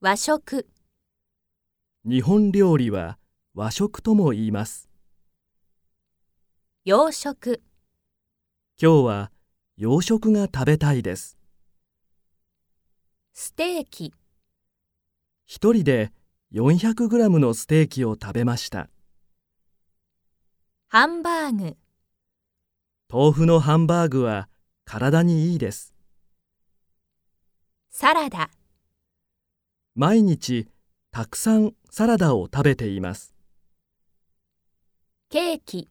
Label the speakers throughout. Speaker 1: 和食、
Speaker 2: 日本料理は和食とも言います。
Speaker 1: 洋食、
Speaker 2: 今日は洋食が食べたいです。
Speaker 1: ステーキ、
Speaker 2: 一人で 400g のステーキを食べました。
Speaker 1: ハンバーグ、
Speaker 2: 豆腐のハンバーグは体にいいです。
Speaker 1: サラダ、
Speaker 2: 毎日たくさんサラダを食べています。
Speaker 1: ケーキ、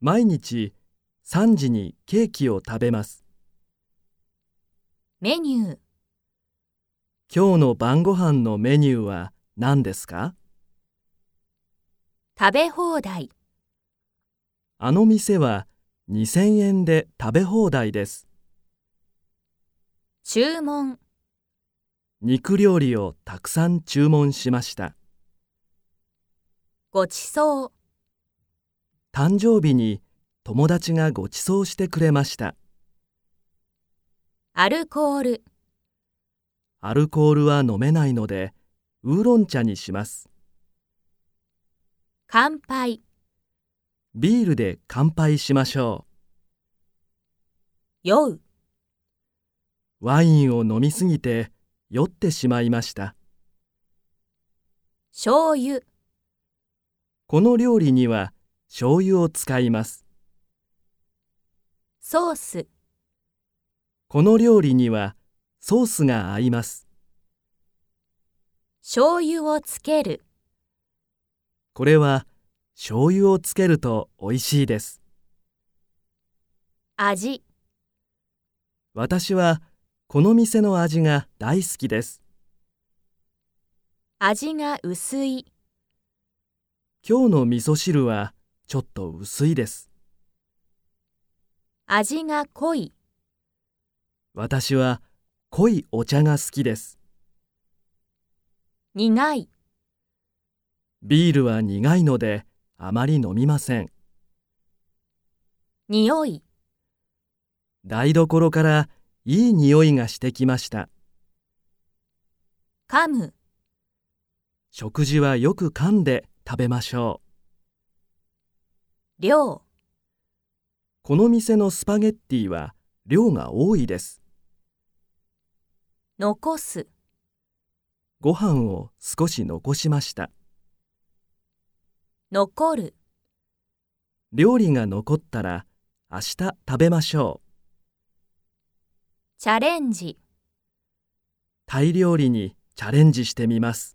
Speaker 2: 毎日3時にケーキを食べます。
Speaker 1: メニュー、
Speaker 2: 今日の晩ご飯のメニューは何ですか
Speaker 1: 食べ放題、
Speaker 2: あの店は2000円で食べ放題です。
Speaker 1: 注文、
Speaker 2: 肉料理をたくさん注文しました。
Speaker 1: ごちそう、
Speaker 2: 誕生日に友達がご馳走してくれました。
Speaker 1: アルコール、
Speaker 2: アルコールは飲めないので、ウーロン茶にします。
Speaker 1: 乾杯、
Speaker 2: ビールで乾杯しましょ
Speaker 1: 酔う、
Speaker 2: う。ワインを飲みすぎて酔ってしまいました。
Speaker 1: 醤油、
Speaker 2: この料理には醤油を使います。
Speaker 1: ソース、
Speaker 2: この料理にはソースが合います。
Speaker 1: 醤油をつける、
Speaker 2: これは醤油をつけると美味しいです。
Speaker 1: 味、
Speaker 2: 私はこの店の味が大好きです。
Speaker 1: 味が薄い、
Speaker 2: 今日の味噌汁はちょっと薄いです。
Speaker 1: 味が濃い、
Speaker 2: 私は濃いお茶が好きです。
Speaker 1: 苦い、
Speaker 2: ビールは苦いのであまり飲みません。
Speaker 1: 匂い、
Speaker 2: 台所からいい匂いがしてきました。
Speaker 1: 噛む、
Speaker 2: 食事はよく噛んで食べましょう。
Speaker 1: 量、
Speaker 2: この店のスパゲッティは量が多いです。
Speaker 1: 残す、
Speaker 2: ご飯を少し残しました。
Speaker 1: 残る、
Speaker 2: 料理が残ったら明日食べましょう。
Speaker 1: チャレンジ。
Speaker 2: タイ料理にチャレンジしてみます。